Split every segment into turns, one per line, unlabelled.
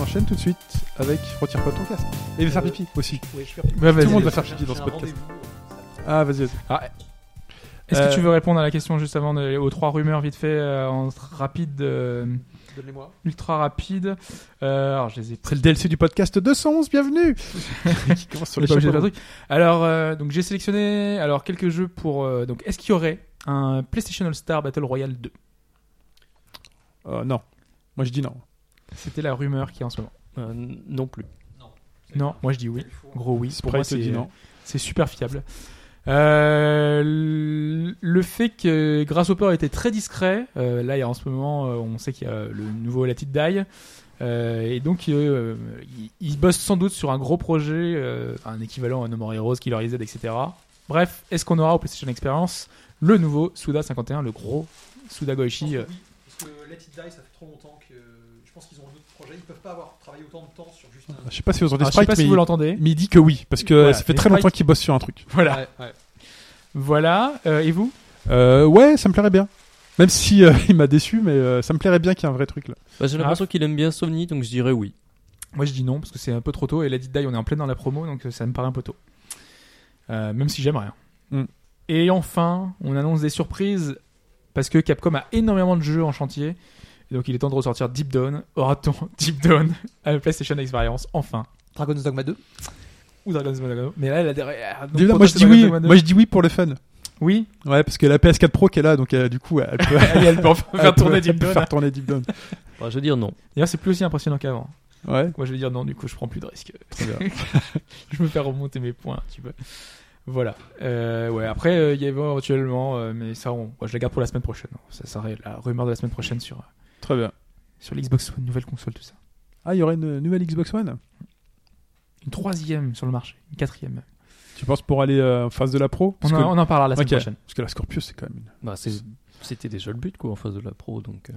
enchaîne tout de suite avec Retire pas ton casque. Et de faire
Euh,
pipi aussi.
Ouais, je suis perdu.
tout le monde va
J'ai-
faire pipi dans
j'ai
ce
un
podcast.
rendez-vous.
Ah, vas-y, vas-y.
Est-ce
Euh,
que tu veux répondre à la question juste avant d'aller aux trois rumeurs vite fait euh, en rapide, euh,
Donnez-moi.
ultra rapide Euh, Alors je les ai
C'est le DLC du podcast 211, bienvenue Qui commence sur
On
les
est pas obligé
chapeaux.
de faire le truc. Alors, euh, donc j'ai sélectionné alors quelques jeux pour. euh, donc, est-ce qu'il y aurait un PlayStation All Star Battle Royale 2
Euh, Non. Moi, je dis non.
C'était la rumeur qui est en ce moment.
Euh, n- non plus.
Non, moi je dis oui. Gros oui. Pour moi,
Sprite
c'est
dit non.
C'est super fiable. Euh, l- le fait que Grasshopper a été très discret, euh, là il y a en ce moment, euh, on sait qu'il y a le nouveau La Petite Die, euh, et donc euh, il, il bosse sans doute sur un gros projet, euh, un équivalent à No More Heroes, Killer Z, etc. Bref, est-ce qu'on aura au PlayStation Experience le nouveau Suda 51, le gros Suda Goichi euh,
Oui, parce que Let It Die, ça fait trop longtemps que je pense qu'ils ont un autre projet. Ils peuvent pas avoir travaillé autant de temps sur juste un.
Je sais pas si vous entendez
alors, Ah, Je sais
Sprite,
pas
mais,
si vous l'entendez.
mais il dit que oui, parce que
Voilà,
ça fait
mais
très longtemps
Sprite-
qu'il bosse sur un truc.
Voilà,
Ouais, ouais.
voilà. Euh, et vous
Euh, ouais, ça me plairait bien. Même si euh, il m'a déçu, mais euh, ça me plairait bien qu'il y ait un vrai truc là.
Bah, J'ai
Ah.
l'impression qu'il aime bien Sony, donc je dirais oui.
Moi je dis non parce que c'est un peu trop tôt et la Die on est en plein dans la promo donc euh, ça me paraît un peu tôt. Euh, même si j'aime rien.
Mm.
Et enfin, on annonce des surprises parce que Capcom a énormément de jeux en chantier. Et donc il est temps de ressortir Deep Down. Aura-t-on Deep Down à la PlayStation Experience enfin
Dragon's Dogma 2.
Euh,
Ou Dragon's Dogma Mais là, la dernière. ah, donc,
Dis-
pour
moi je
toi,
dis
Dragon's
oui,
Dogma 2.
moi je dis oui pour le fun.
Oui,
Ouais, parce que la PS4 Pro qui est là, donc euh, du coup, elle peut,
Allez, elle peut enfin
elle
faire
peut-
tourner
elle
Deep
peut
Down.
faire tourner Deep Down.
Bah, je veux dire non.
D'ailleurs, c'est plus aussi impressionnant qu'avant.
Ouais.
Moi je vais dire non, du coup je prends plus de risques.
Très bien.
je me fais remonter mes points un petit peu. Voilà. Euh, ouais, après, euh, il y avait éventuellement, euh, mais ça, on, moi, je la garde pour la semaine prochaine. Ça serait la rumeur de la semaine prochaine sur, euh,
Très bien.
sur l'Xbox One, nouvelle console, tout ça.
Ah, il y aurait une nouvelle Xbox One
Une troisième sur le marché, une quatrième.
Tu penses pour aller euh, en face de la Pro
On,
parce,
en-
que,
on en parlera la semaine
Ok.
prochaine.
parce que la Scorpio, c'est quand même une...
Bah, c'est- C'était déjà le but quoi en face de la pro, donc euh,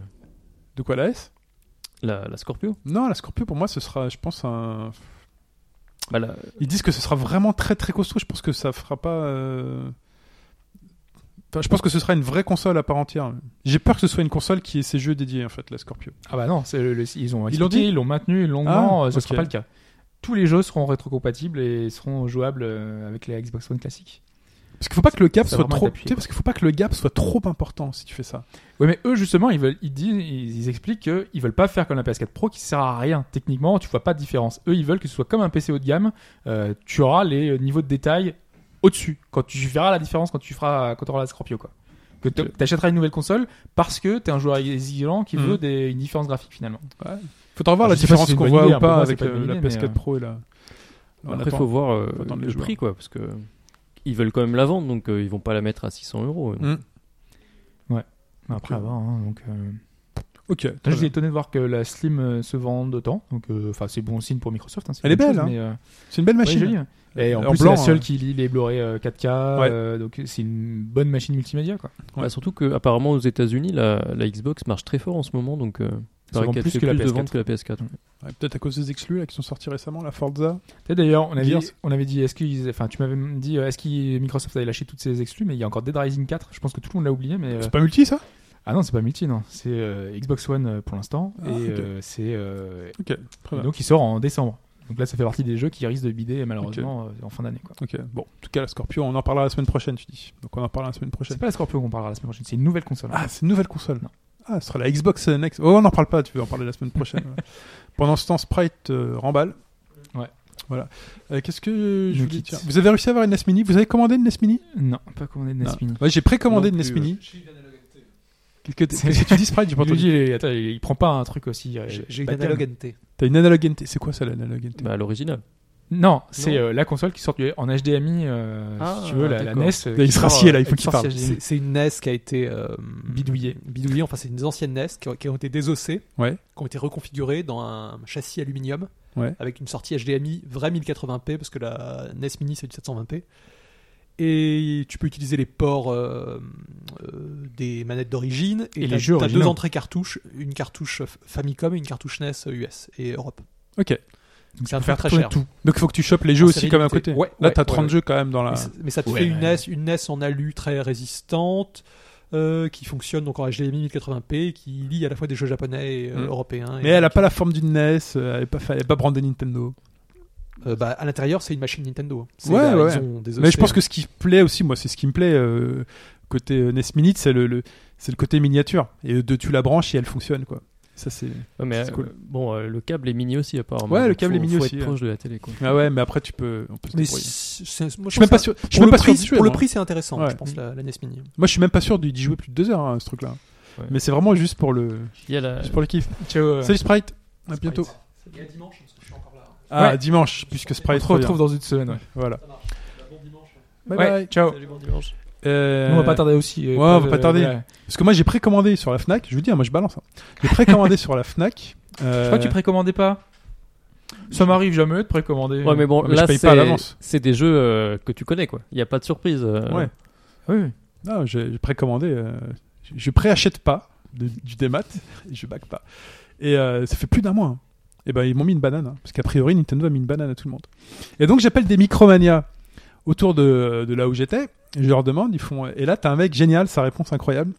De quoi la S
la, la Scorpio.
Non, la Scorpio, pour moi, ce sera, je pense, un...
Bah, la-
Ils disent que ce sera vraiment très très costaud. Je pense que ça fera pas... euh, enfin, je pense que ce sera une vraie console à part entière. J'ai peur que ce soit une console qui ait ses jeux dédiés, en fait, la Scorpio.
Ah bah non, c'est le- le- ils ont
Ils l'ont
expliqué,
dit
ils l'ont maintenu longuement,
Ah,
euh, ce
ok.
sera pas le cas. Tous les jeux seront rétrocompatibles et seront jouables euh, avec la Xbox One classique.
Parce qu'il faut pas que le gap
Ça va
soit
vraiment
trop...
être appuyé,
tu sais, parce qu'il faut pas que le gap soit trop important si tu fais ça.
Ouais, mais eux, justement, ils veulent, ils disent, ils, ils expliquent qu'ils veulent pas faire comme la PS4 Pro qui sert à rien. Techniquement, tu vois pas de différence. Eux, ils veulent que ce soit comme un PC haut de gamme. euh, tu auras les euh, niveaux de détail au-dessus. Quand tu verras la différence quand tu feras, quand auras la Scorpio, quoi. Que t- t'achèteras une nouvelle console parce que t'es un joueur exigeant qui
Mhm.
veut des, une différence graphique finalement.
Faut en voir
Ah,
la
je sais pas
différence
si c'est une
qu'on
bonne
voit
idée,
ou
hein, pour
pas
moi, c'est
avec
pas une
euh,
bonne
la
idée, mais,
PS4
euh,
Pro et la. On
après,
attend.
faut voir euh,
faut attendre les
le
joueurs.
prix quoi, parce que ils veulent quand même la vendre, donc euh, ils vont pas la mettre à 600 euros.
Hmm.
Après,
Après,
à
à
voir, donc.
Ok. euh, très
Je suis
bien.
étonné de voir que la Slim euh, se vend autant. Donc, euh, enfin, c'est bon signe pour Microsoft. hein, c'est
Elle est
une chose,
belle, hein.
mais, euh,
C'est une belle
Ouais,
machine.
jolie. Et en,
En
plus,
blanc,
c'est la seule
hein.
qui lit les Blu-ray euh, 4K,
Ouais.
euh, donc c'est une bonne machine multimédia. Quoi.
Bah, surtout que apparemment aux États-Unis la, la Xbox marche très fort en ce moment, donc euh, il paraît
vend
qu'elle
plus
fait
que la
de
PS4.
ventes que la PS4. ouais.
Ouais, Peut-être à cause des exclus là, qui sont sortis récemment, la Forza.
Tu sais, D'ailleurs, on, avait-
Gears.
on avait dit, est-ce qu'ils, enfin, tu m'avais dit, euh, est-ce que Microsoft avait lâché toutes ses exclus, mais il y a encore Dead Rising 4. Je pense que tout le monde l'a oublié, mais euh,
C'est pas multi ça
ah non, c'est pas multi, non, c'est euh, Xbox One euh, pour l'instant,
Ah,
et
ok.
euh, c'est euh,
Ok. Très
et
bien.
donc il sort en décembre. Donc là, ça fait partie des jeux qui risquent de bider malheureusement euh, en fin d'année. quoi.
Ok. Bon, en tout cas, la Scorpio, on en parlera la semaine prochaine, tu dis. Donc on en parlera la semaine
C'est
prochaine.
pas la Scorpio qu'on parlera la semaine prochaine, c'est une nouvelle console.
Ah, c'est une nouvelle console.
Non.
Ah, ce sera la Xbox Next. Oh, on n'en parle pas, tu veux en parler la semaine prochaine. Voilà. Pendant ce temps, Sprite euh, remballe.
Ouais.
Voilà. Euh, Qu'est-ce que je
Nous
vous dis
quitte.
Tiens, Vous avez réussi à avoir une NES Mini Vous avez commandé une NES Mini
Non, pas commandé de
Non.
Nesmini.
Ouais, j'ai précommandé
Non
une NES
plus,
Mini. Qu'est-ce que,
C'est-
qu'est-ce que tu dis, Sprite J'ai pas
Lui,
entendu.
il, est- attends, il il prend pas un truc aussi. euh,
J'ai j'ai eu
bas de gamme.
Analog NT.
T'as une analogue NT. C'est quoi ça l'analogue NT
Bah, à l'original.
Non, c'est euh, la console qui sort du- en HDMI, euh,
Ah,
si tu veux, la, la
d'accord.
NES. euh,
Il
qui
se
sort,
rassied,
euh,
là, il faut
qui
qu'il
sort
parle.
sur HDMI.
C'est c'est une NES qui a été euh,
Bidouillée.
Bidouillée, enfin c'est une ancienne NES qui ont, qui ont été désossées,
Ouais.
qui ont été reconfigurées dans un châssis aluminium
Ouais.
avec une sortie HDMI vraie 1080p parce que la NES Mini c'est du 720p. Et tu peux utiliser les ports euh, euh, des manettes d'origine
Et les
t'as-
jeux
t'as deux
originaux.
entrées cartouches, une cartouche F- Famicom et une cartouche E NES US et Europe.
Ok.
Donc
C'est un truc
tu peux faire
très
tourner
cher.
tout.
Donc il faut que tu chopes les jeux
En
aussi
série
comme à
limitée.
côté.
Ouais,
Là,
ouais,
t'as
ouais,
30
ouais.
jeux quand même dans la.
Mais, ça- mais ça te
Ouais,
fait une
ouais.
NES, une NES en alu très résistante, euh, qui fonctionne donc en HDMI 1080p, qui lie à la fois des jeux japonais et euh,
Mm.
européens. et
Mais elle a pas la forme d'une NES, euh, elle est pas, fa- elle est pas brandée Nintendo.
Euh, bah, à l'intérieur, c'est une machine Nintendo. hein. C'est
Ouais,
la-
ouais.
ils ont des
Mais je
OC.
pense que ce qui plaît aussi, moi, c'est ce qui me plaît euh, côté euh, NES Minute, c'est le, le- c'est le côté miniature. Et de tu la branches et elle fonctionne, quoi. Ça, c'est.
Ouais, mais
C'est
euh,
cool.
bon, euh, le câble est mini aussi apparemment.
Ouais, le
Donc,
câble est
faut-
mini
faut
aussi,
Être
ouais.
proche de la télé. Quoi.
Ah ouais, mais après, tu peux. on peut se
Mais
débrouiller.
c'est- c'est- moi,
Je suis même
trouve
pas
ça-
sûr, je suis
Pour,
même
le
pas sûr
prix,
d'y jouer,
pour le
moi.
prix, c'est intéressant,
hein. Ouais.
je pense, la, la NES Mini.
Moi, je suis même pas sûr d'y jouer plus de deux heures, hein, ce truc-là.
Ouais.
Mais c'est vraiment juste pour le,
Il y a la...
juste pour le kiff.
Ciao. euh,
Salut Sprite, à bientôt.
Il y a dimanche, parce que je suis encore là.
Ah,
Ouais.
dimanche, puisque
on
Sprite
se retrouve
revient.
dans une semaine. Ouais.
Voilà.
Bah, Bon dimanche.
Bye
Ouais,
bye.
Ciao.
Salut, bon dimanche.
Euh,
Nous, on va pas tarder aussi. euh,
ouais, on va
euh,
pas tarder.
voilà.
Parce que moi, j'ai précommandé sur la Fnac. Je vous dis, hein, moi, je balance. hein. J'ai précommandé sur la Fnac.
Je
euh,
crois que tu précommandais pas. Ça m'arrive jamais de précommander.
Ouais, mais bon,
Ouais, mais je
là,
paye
c'est...
pas à l'avance.
c'est des jeux euh, que tu connais, quoi. Il n'y a pas de surprise. euh.
Ouais.
Oui, oui.
Non, j'ai j'ai précommandé. euh, je- je préachète pas de- du démat et je back pas. Et euh, ça fait plus d'un mois. hein. Et ben ils m'ont mis une banane hein, parce qu'a priori Nintendo a mis une banane à tout le monde. Et donc j'appelle des Micromania autour de, de là où j'étais. et Je leur demande, ils font. euh, Et là t'as un mec génial, sa réponse incroyable.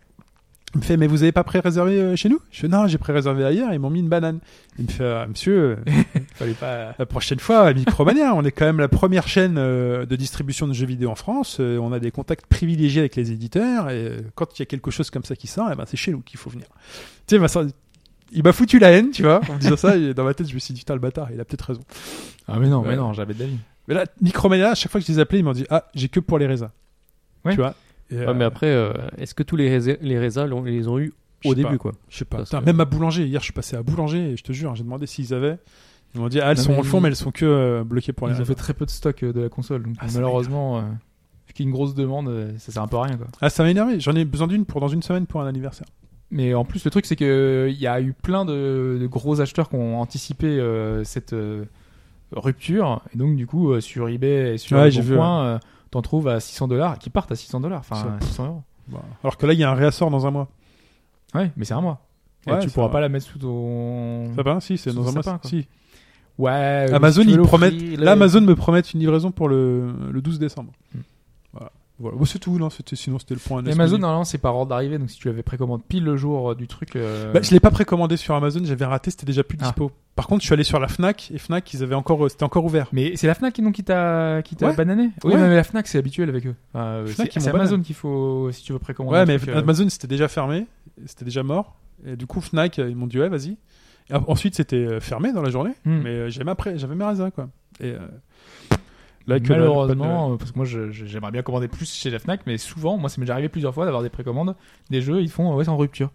Il me fait mais vous avez pas pré-réservé euh, chez nous Je fais non j'ai pré-réservé ailleurs. Ils m'ont mis une banane. Il me fait ah, monsieur. euh,
Fallait pas.
la prochaine fois, à Micromania, on est quand même la première chaîne euh, de distribution de jeux vidéo en France. Euh, on a des contacts privilégiés avec les éditeurs. Et euh, quand il y a quelque chose comme ça qui sort, eh ben, c'est chez nous qu'il faut venir. Tu sais, Vincent, il m'a foutu la haine, tu vois. En me disant ça, et dans ma tête, je me suis dit, putain, le bâtard, il a peut-être raison.
Ah, mais non,
Ouais.
mais non, j'avais de la vie.
Mais là, Micromania, à chaque fois que je les appelais, ils m'ont dit, ah, j'ai que pour les raisins.
Ouais.
Tu vois Et, euh,
Ouais, mais après, euh, est-ce que tous les, résa- les résas l'ont- les ont eu
je sais
au début,
pas.
quoi
Je sais pas.
Parce
Putain,
que-
Même à Boulanger, hier, je suis passé à Boulanger et je te jure, hein, j'ai demandé s'ils avaient. Ils m'ont dit, ah, elles
Non,
sont
mais
en fond,
ils-
mais elles sont que euh, bloquées pour les
Ils ont
raisins.
fait très peu de stock euh, de la console. Donc,
Ah, ça
malheureusement, euh, vu qu'il y a une grosse demande, euh, ça sert un peu à rien, quoi.
Ah, ça m'a énervé. J'en ai besoin d'une pour dans une semaine pour un anniversaire.
Mais en plus, le truc, c'est que il y a eu plein de, de gros acheteurs qui ont anticipé euh, cette euh, rupture. Et donc, du coup, euh, sur eBay et sur
Ouais,
le
j'ai vu,
Coin, euh, t'en trouves à 600 dollars, qui partent à 600 dollars, enfin
C'est-
600 euros.
Bon. Bah. Alors que là, il y a un réassort dans un mois.
Ouais, mais c'est un mois. Et
Ouais,
tu
ça
pourras
va.
pas la mettre sous ton.
Ça va Si, c'est
Hmm. Ça,
dans
ça
un mois.
part, quoi.
si.
Ouais. euh,
Amazon,
si tu
ils
veux l'offrir,
promettent-
là,
Là, Amazon me promet une livraison pour le, le 12 décembre.
Hmm.
Voilà. voilà. Bon, c'est tout, non c'était- Sinon, c'était le point. Bah,
Mais Amazon, normalement, c'est par ordre d'arrivée. Donc, si tu l'avais précommande pile le jour euh, du truc. euh,
Bah, je l'ai pas précommandé sur Amazon, j'avais raté, c'était déjà plus
Ah.
dispo. Par contre, je suis allé sur la Fnac et Fnac, ils avaient encore, euh, c'était encore ouvert.
Mais c'est la Fnac non qui t'a qui t'a
Ouais.
banané. Oui,
Ouais.
non, mais la Fnac c'est habituel avec eux. Enfin, euh,
Fnac,
c'est
ils m'ont
c'est
banane.
Amazon qu'il faut si tu veux précommander.
ouais,
un
mais
truc, euh,
Amazon, c'était déjà fermé, c'était déjà mort. Et du coup, Fnac, euh, ils m'ont dit ouais, vas-y. Et ap- Ensuite, c'était euh, fermé dans la journée,
Hmm.
mais euh, j'avais ma pré- j'avais mes raisins, quoi. Et euh, là, que dalle, pas de-
malheureusement, euh, parce que moi je- je- j'aimerais bien commander plus chez la Fnac, mais souvent, moi ça m'est déjà arrivé plusieurs fois d'avoir des précommandes, des jeux ils font euh, ouais c'est en rupture.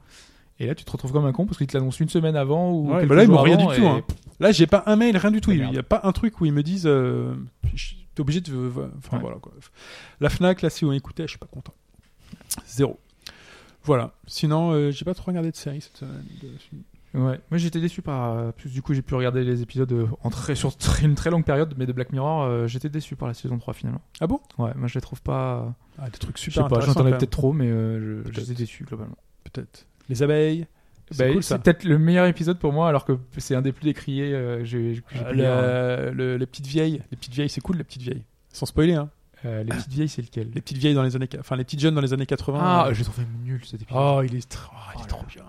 Et là tu te retrouves comme un con parce qu'ils te l'annoncent une semaine avant ou.
Ouais,
quelques
bah là, ils
jours
m'ont rien
avant,
du tout,
et-
hein. Là, j'ai pas un mail, rien du tout.
Ah,
Il
merde.
n'y a pas un truc où ils me disent, euh, je- t'es obligé de. Enfin
Ouais.
voilà quoi. La Fnac, là, si on écoutait, je suis pas content. Zéro. Voilà. Sinon, euh, j'ai pas trop regardé de séries cette semaine. De-
Ouais. Moi j'étais déçu par euh, plus du coup j'ai pu regarder les épisodes euh, en très, sur très- une très longue période, mais de Black Mirror euh, j'étais déçu par la saison 3 finalement.
Ah bon
Ouais, moi je les trouve pas.
Ah, des trucs
Je sais
super
pas,
intéressants.
j'entendais
quand même.
peut-être trop, mais euh, je-
Peut-être.
j'étais déçu globalement.
Peut-être. Les abeilles. C'est
Bah,
cool
c'est
ça.
peut-être le meilleur épisode pour moi, alors que c'est un des plus décriés. euh, j'ai- j'ai- que j'ai
Euh,
pu
le-
lire.
le- les petites vieilles. Les petites vieilles, c'est cool les petites vieilles. Sans spoiler, hein.
Euh, les petites vieilles, c'est lequel
Les petites vieilles dans les années. Enfin, les petites jeunes dans les années 80.
Ah, j'ai trouvé nul cet épisode.
Oh, il est, tr- oh, il est
Oh là
trop
là.
bien.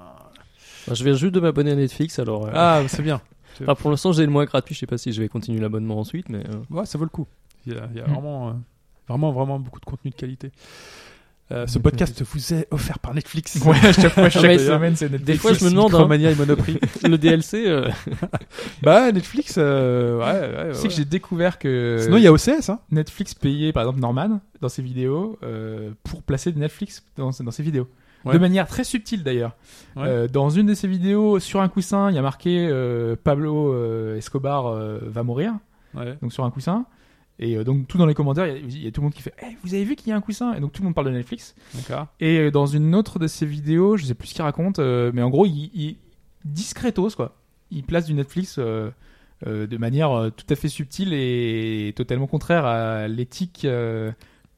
Enfin, Je viens juste de m'abonner à Netflix, alors. euh,
Ah, c'est bien.
enfin, pour l'instant, j'ai le mois gratuit. Je sais pas si je vais continuer l'abonnement ensuite, mais. euh,
Ouais, ça vaut le coup. Il y a, il y a
Mm.
vraiment, euh, vraiment, vraiment beaucoup de contenu de qualité. Euh, ce
Il y a
podcast vous est offert par Netflix.
Ouais, à chaque fois, chaque
mais c'est-
semaine, c'est Netflix.
Des fois, je me demande. hein,
Micromania et Monoprix.
le DLC. euh,
bah, Netflix, euh, ouais, ouais,
Tu
ouais.
sais que j'ai découvert que
Sinon, il y a OCS, hein.
Netflix payait, par exemple, Norman dans ses vidéos euh, pour placer des Netflix dans, dans ses vidéos.
Ouais.
De manière très subtile d'ailleurs.
Ouais.
Euh, dans une de ses vidéos, sur un coussin, il y a marqué euh, Pablo euh, Escobar euh, va mourir.
Ouais.
donc sur un coussin. Et euh, donc tout dans les commentaires, il y a- il y, a tout le monde qui fait Eh, Vous avez vu qu'il y a un coussin ?» Et donc tout le monde parle de Netflix.
D'accord.
Et euh, dans une autre de ses vidéos, je sais plus ce qu'il raconte, euh, mais en gros, il, il discretos, quoi. Il place du Netflix euh, euh, de manière euh, tout à fait subtile et totalement contraire à l'éthique euh,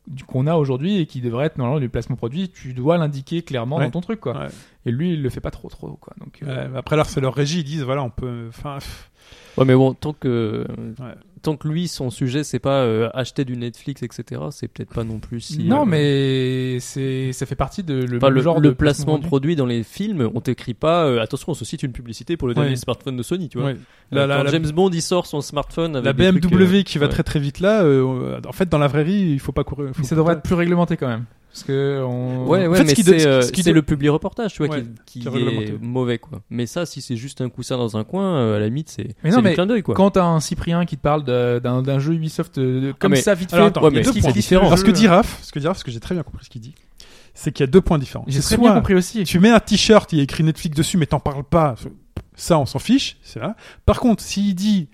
du- qu'on a aujourd'hui et qui devrait être normalement du placement produit. Tu dois l'indiquer clairement
Ouais.
dans ton truc, quoi.
Ouais.
Et lui, il le fait pas trop, trop, quoi. Donc, euh,
Ouais, mais après, là, c'est leur régie. Ils disent, voilà, on peut. Enfin, pff,
Ouais, mais bon, tant que.
Ouais.
tant que lui, son sujet, c'est pas euh, acheter du Netflix, etc., c'est peut-être pas non plus si.
non,
euh,
mais c'est ça fait partie de le
pas
même
le,
genre
le
de
placement de
produit.
produit dans les films, on t'écrit pas euh, attention, on suscite une publicité pour le
Ouais.
dernier smartphone de Sony, tu vois.
Ouais.
Euh,
La, la-
quand
la-
James Bond il sort son smartphone avec
la
des
BMW
trucs, euh,
qui va
ouais.
très très vite là, euh, en fait, dans la vraie vie, il faut pas courir. faut
Mais ça
pas-
devrait être plus réglementé quand même, parce que
euh,
on.
Ouais, ouais,
En fait, ce
mais
qui de-
c'est
ce-
euh,
ce qui
c'est
de-
le public reportage, tu vois,
Ouais, qui
qui, qui
est
est
réglementé.
mauvais, quoi. Mais ça, si c'est juste un coussin dans un coin, euh, à la limite, c'est
Mais
c'est
non,
du
mais
clin d'œil, quoi.
Quand t'as un Cyprien qui te parle de- d'un d'un jeu Ubisoft euh, de- comme
mais-
ça vite fait,
Ah, Alors, attends,
Ouais,
il y a
mais
deux
c'est
points.
différent.
Alors, ce que
Je-
dit Raph, ce que dit Raph, parce que j'ai très bien compris ce qu'il dit, c'est qu'il y a deux points différents.
j'ai
C'est
très bien
soit
compris aussi.
Tu mets un t-shirt, il y a écrit Netflix dessus, mais t'en parles pas. Ça, on s'en fiche, c'est là. Par contre, s'il dit,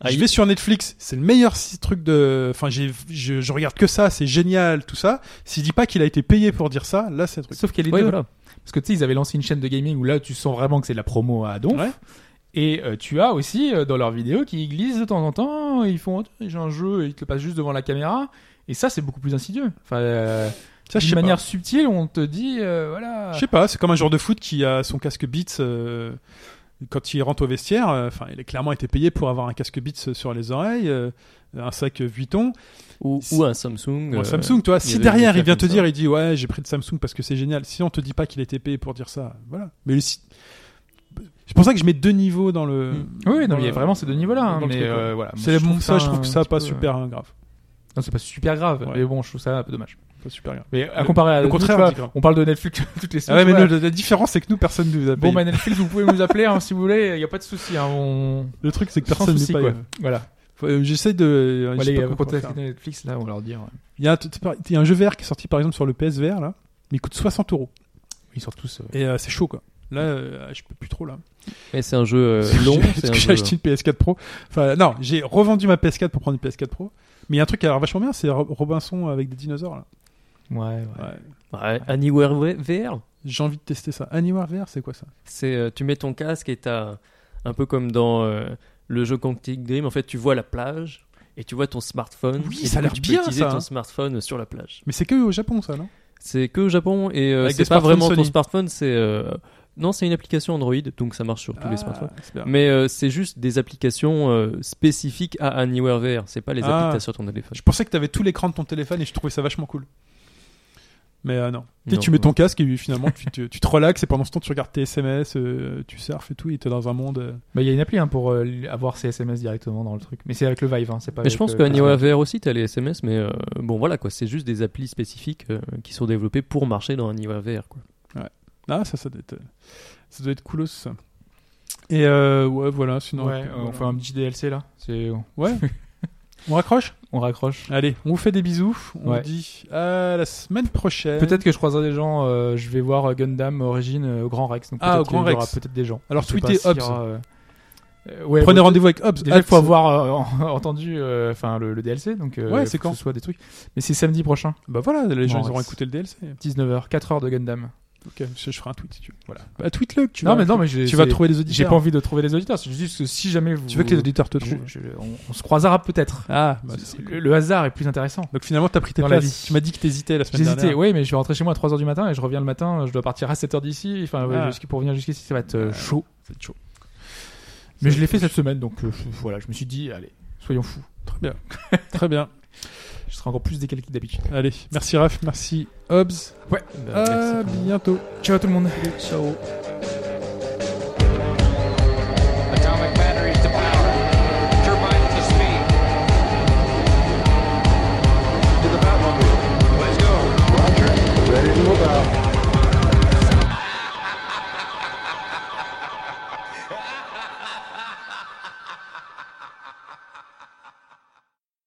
Ah,
je
il-
vais sur Netflix, c'est le meilleur si- truc de, enfin, j'ai, je, je regarde que ça, c'est génial, tout ça. S'il dit pas qu'il a été payé pour dire ça, là, c'est un truc.
Sauf qu'elle est
Ouais,
deux.
voilà.
Parce que tu sais, ils avaient lancé une chaîne de gaming où là, tu sens vraiment que c'est de la promo à donf.
Ouais.
Et euh, tu as aussi euh, dans leurs vidéos qui glissent de temps en temps, ils font oh, j'ai un jeu et ils te le passent juste devant la caméra. Et ça, c'est beaucoup plus insidieux. Enfin, euh,
Ça, je
d'une
sais
manière
pas.
subtile, on te dit euh, voilà.
Je sais pas, c'est comme un joueur de foot qui a son casque Beats, euh, quand il rentre au vestiaire, euh, enfin, il a clairement été payé pour avoir un casque Beats sur les oreilles, euh, un sac euh, Vuitton.
Ou,
Si-
ou un Samsung.
Bon,
euh,
Samsung, toi,
il y a
si
des-
derrière
des
il vient
cas
te
comme
dire,
ça.
il dit ouais, j'ai pris de Samsung parce que c'est génial. Si on te dit pas qu'il a été payé pour dire ça, voilà. Mais si... c'est pour ça que je mets deux niveaux dans le.
Mm.
Euh, Oui, non,
dans
mais il y a
le-
vraiment ces deux niveaux-là. hein,
dans le
mais
truc, ouais.
euh, voilà. Moi,
C'est bon, ça,
un
Ah, je trouve que ça
petit
pas
peu, euh,
super hein, grave,
Non, c'est pas super grave.
Ouais.
Mais bon, je trouve ça un peu dommage.
pas super grave.
Mais à
Le-
comparer à
le
nous,
contraire,
tu vois,
on dit grave.
on parle de Netflix toutes les
euh, Ah
semaines.
ouais, mais
voilà.
le- la différence c'est que nous personne ne nous a
Bon,
payé.
bah, Netflix, vous pouvez nous appeler hein, si vous voulez. Il n'y a pas de souci. Hein, on...
le truc c'est que
Sans
personne ne
souci,
paye.
quoi. Voilà.
Faut- euh, J'essaie de. je sais
Allez,
pas
euh,
comment faire.
contactez Netflix là, on va leur dire.
Il y, a un, t- il y a un jeu vert qui est sorti par exemple sur le PSVR là, mais il coûte 60 euros
Ils sortent tous. euh,
et euh, c'est chaud quoi. Là, euh, je peux plus trop là.
Mais c'est un jeu euh, long.
Parce
c'est un
que j'ai
jeu-
acheté une PS4 Pro. Enfin, non, j'ai revendu ma PS4 pour prendre une PS4 Pro. Mais il y a un truc qui a l'air vachement bien, c'est Ro- Robinson avec des dinosaures. Là.
Ouais, ouais.
Ouais.
Ouais, Anywhere V- VR.
J'ai envie de tester ça. Anywhere VR, c'est quoi ça
C'est euh, tu mets ton casque et t'as un peu comme dans euh, le jeu Quantic Dream. En fait, tu vois la plage et tu vois ton smartphone.
Oui,
et
ça a
du
l'air
coup, tu
bien,
peux utiliser
ça, hein.
ton smartphone sur la plage.
Mais c'est que au Japon, ça, non
C'est que au Japon et euh,
Avec des
c'est pas
smartphones
vraiment ton
Sony.
smartphone. C'est euh, non, c'est une application Android, donc ça marche sur tous les smartphones.
Ah, c'est bien.
Mais euh, c'est juste des applications euh, spécifiques à Anywhere VR. C'est pas les
Ah.
applications que t'as sur ton téléphone.
Je pensais que t'avais tout l'écran de ton téléphone et je trouvais ça vachement cool. Mais euh, non. Tu sais,
Non,
tu mets
non.
ton casque et finalement tu, tu- tu te relaxes et pendant ce temps tu regardes tes SMS, euh, tu surfes et tout, et t'es dans un monde. euh,
Bah, il y a une appli hein, pour euh, avoir ses SMS directement dans le truc. Mais c'est avec le Vive, hein, c'est pas.
Mais
avec
je pense
le-
que Anywhere VR aussi, t'as les SMS, mais euh, bon voilà quoi, c'est juste des applis spécifiques euh, qui sont développées pour marcher dans Anywhere VR quoi.
Ah, ça, ça doit être, ça doit être coolos. ça. Et euh, ouais, voilà, sinon.
Ouais, euh,
voilà.
on fait un petit DLC là. C'est...
Ouais. on raccroche
On raccroche.
Allez, on vous fait des bisous. On
Ouais.
vous dit à la semaine prochaine.
Peut-être que je croiserai des gens. euh, je vais voir euh, Gundam Origin euh, au Grand Rex. Donc
Ah,
peut-être
au Grand
qu'il y aura
Rex.
peut-être des gens.
Alors,
Je sais pas
tweetez
s'il y
Hobbs.
aura, euh, euh, ouais,
Prenez
bah,
rendez-vous avec Hobbs.
Déjà, il
Hâte.
faut avoir euh, entendu euh, enfin, le, le DLC. Donc, euh,
Ouais, c'est
faut
quand
que ce soit des trucs. Mais c'est samedi prochain,
Bah voilà, les gens
Grand
ils auront
Rex.
écouté le DLC.
19h, 4h de Gundam.
Ok, je, je ferai un tweet si tu veux.
Voilà.
Bah, tweet-le. que Tu
non,
vas,
mais non, mais j'ai-
tu vas
c'est-
trouver les
J'ai
auditeurs.
pas envie de trouver les auditeurs. C'est juste que si jamais vous.
Tu veux que les auditeurs te
Je-
trouvent.
je- on, on se croisera peut-être.
Ah, bah, ça
C'est-
serait
le,
cool.
le hasard est plus intéressant.
donc finalement t'as pris tes
Dans la
places.
vie.
Tu m'as dit que t'hésitais la semaine
J'hésitais,
dernière.
oui, mais je vais rentrer chez moi à 3h du matin et je reviens le matin. Je dois partir à 7h d'ici. Enfin, ouais,
Ah.
jusqu'- pour venir jusqu'ici, ça va être euh, chaud.
C'est chaud.
Mais je l'ai fait cette semaine, donc euh, voilà, je me suis dit, allez, soyons fous.
Très bien. Très bien.
Je serai encore plus décalé que d'habitude.
Allez, merci Raph, merci Hobbs.
Ouais.
à bientôt.
Ciao tout le monde.
Ciao.